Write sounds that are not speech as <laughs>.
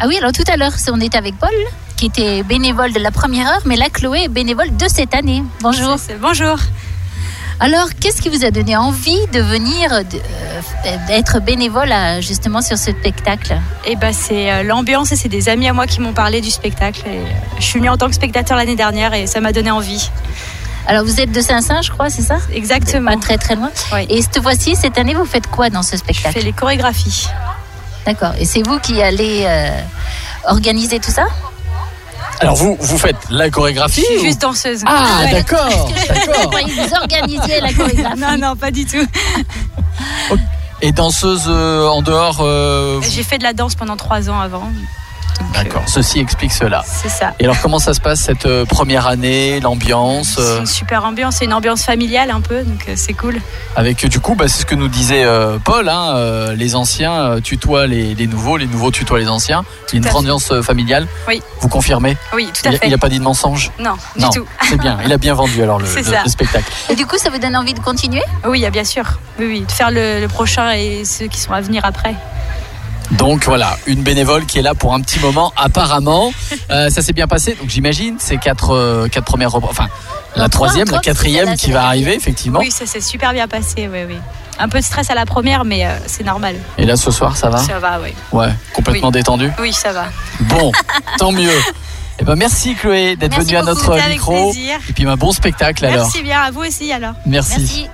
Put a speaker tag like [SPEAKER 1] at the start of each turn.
[SPEAKER 1] Ah oui, alors tout à l'heure, on était avec Paul, qui était bénévole de la première heure, mais là, Chloé est bénévole de cette année. Bonjour.
[SPEAKER 2] C'est- c'est- Bonjour.
[SPEAKER 1] Alors, qu'est-ce qui vous a donné envie de venir euh, de- euh, être bénévole à- justement sur ce spectacle
[SPEAKER 2] Et bah c'est euh, l'ambiance et c'est des amis à moi qui m'ont parlé du spectacle. Et, euh, je suis venue en tant que spectateur l'année dernière et ça m'a donné envie.
[SPEAKER 1] Alors, vous êtes de Saint-Saëns, je crois, c'est ça
[SPEAKER 2] Exactement.
[SPEAKER 1] Pas très très loin.
[SPEAKER 2] Oui.
[SPEAKER 1] Et cette fois-ci, cette année, vous faites quoi dans ce
[SPEAKER 2] Je fais
[SPEAKER 1] spectacle
[SPEAKER 2] les chorégraphies.
[SPEAKER 1] D'accord. Et c'est vous qui allez euh, organiser tout ça
[SPEAKER 3] Alors vous, vous faites la chorégraphie
[SPEAKER 2] Je suis
[SPEAKER 3] ou-
[SPEAKER 2] juste danseuse.
[SPEAKER 3] Ah
[SPEAKER 1] Ouais.
[SPEAKER 2] <laughs>
[SPEAKER 3] d'accord, d'accord.
[SPEAKER 1] Vous vous organisez la chorégraphie.
[SPEAKER 2] Non, non, pas du tout.
[SPEAKER 3] Et danseuse euh, en dehors. euh,
[SPEAKER 2] J'ai fait de la danse pendant trois ans avant. Donc, euh,
[SPEAKER 3] D'accord, ceci explique cela.
[SPEAKER 2] C'est ça.
[SPEAKER 3] Et alors comment ça se passe cette euh, première année, l'ambiance
[SPEAKER 2] C'est
[SPEAKER 3] euh,
[SPEAKER 2] une super ambiance, c'est une ambiance familiale un peu, donc euh, c'est cool.
[SPEAKER 3] Avec euh, du coup, bah, c'est ce que nous disait euh, Paul, hein, euh, les anciens euh, tutoient les, les nouveaux, les nouveaux tutoient les anciens. Il y a une
[SPEAKER 2] à
[SPEAKER 3] grande
[SPEAKER 2] fait.
[SPEAKER 3] ambiance euh, familiale.
[SPEAKER 2] Oui.
[SPEAKER 3] Vous confirmez
[SPEAKER 2] Oui, tout à
[SPEAKER 3] Il
[SPEAKER 2] fait.
[SPEAKER 3] n'a pas dit de mensonge
[SPEAKER 2] Non,
[SPEAKER 3] Non.
[SPEAKER 2] du tout.
[SPEAKER 3] C'est bien, il a bien vendu alors le,
[SPEAKER 2] C'est
[SPEAKER 3] le-
[SPEAKER 2] ça.
[SPEAKER 3] le spectacle.
[SPEAKER 1] Et du coup, ça vous donne envie de continuer
[SPEAKER 2] Oui, ah, bien sûr. Oui, oui, de faire le, le prochain et ceux qui sont à venir après.
[SPEAKER 3] Donc voilà, une bénévole qui est là pour un petit moment apparemment. Euh, ça s'est bien passé, donc j'imagine ces quatre, euh, quatre premières repr- Enfin, la
[SPEAKER 1] Non, trois,
[SPEAKER 3] troisième,
[SPEAKER 1] trois,
[SPEAKER 3] la
[SPEAKER 1] parce que
[SPEAKER 3] quatrième
[SPEAKER 1] celle-là,
[SPEAKER 3] qui
[SPEAKER 1] c'est
[SPEAKER 3] va
[SPEAKER 1] la
[SPEAKER 3] arriver effectivement.
[SPEAKER 2] Oui, ça s'est super bien passé, oui, oui. Un peu de stress à la première, mais euh, c'est normal.
[SPEAKER 3] Et là ce soir, ça va
[SPEAKER 2] Ça va, oui.
[SPEAKER 3] Ouais, complètement
[SPEAKER 2] Oui.
[SPEAKER 3] détendu.
[SPEAKER 2] Oui, ça va.
[SPEAKER 3] Bon, tant mieux. Eh ben merci Chloé d'être
[SPEAKER 1] Merci
[SPEAKER 3] venue à
[SPEAKER 1] beaucoup,
[SPEAKER 3] notre
[SPEAKER 2] C'était avec
[SPEAKER 3] micro.
[SPEAKER 2] plaisir.
[SPEAKER 3] Et puis un bon spectacle alors.
[SPEAKER 2] Merci bien, à vous aussi alors.
[SPEAKER 3] Merci.
[SPEAKER 1] Merci.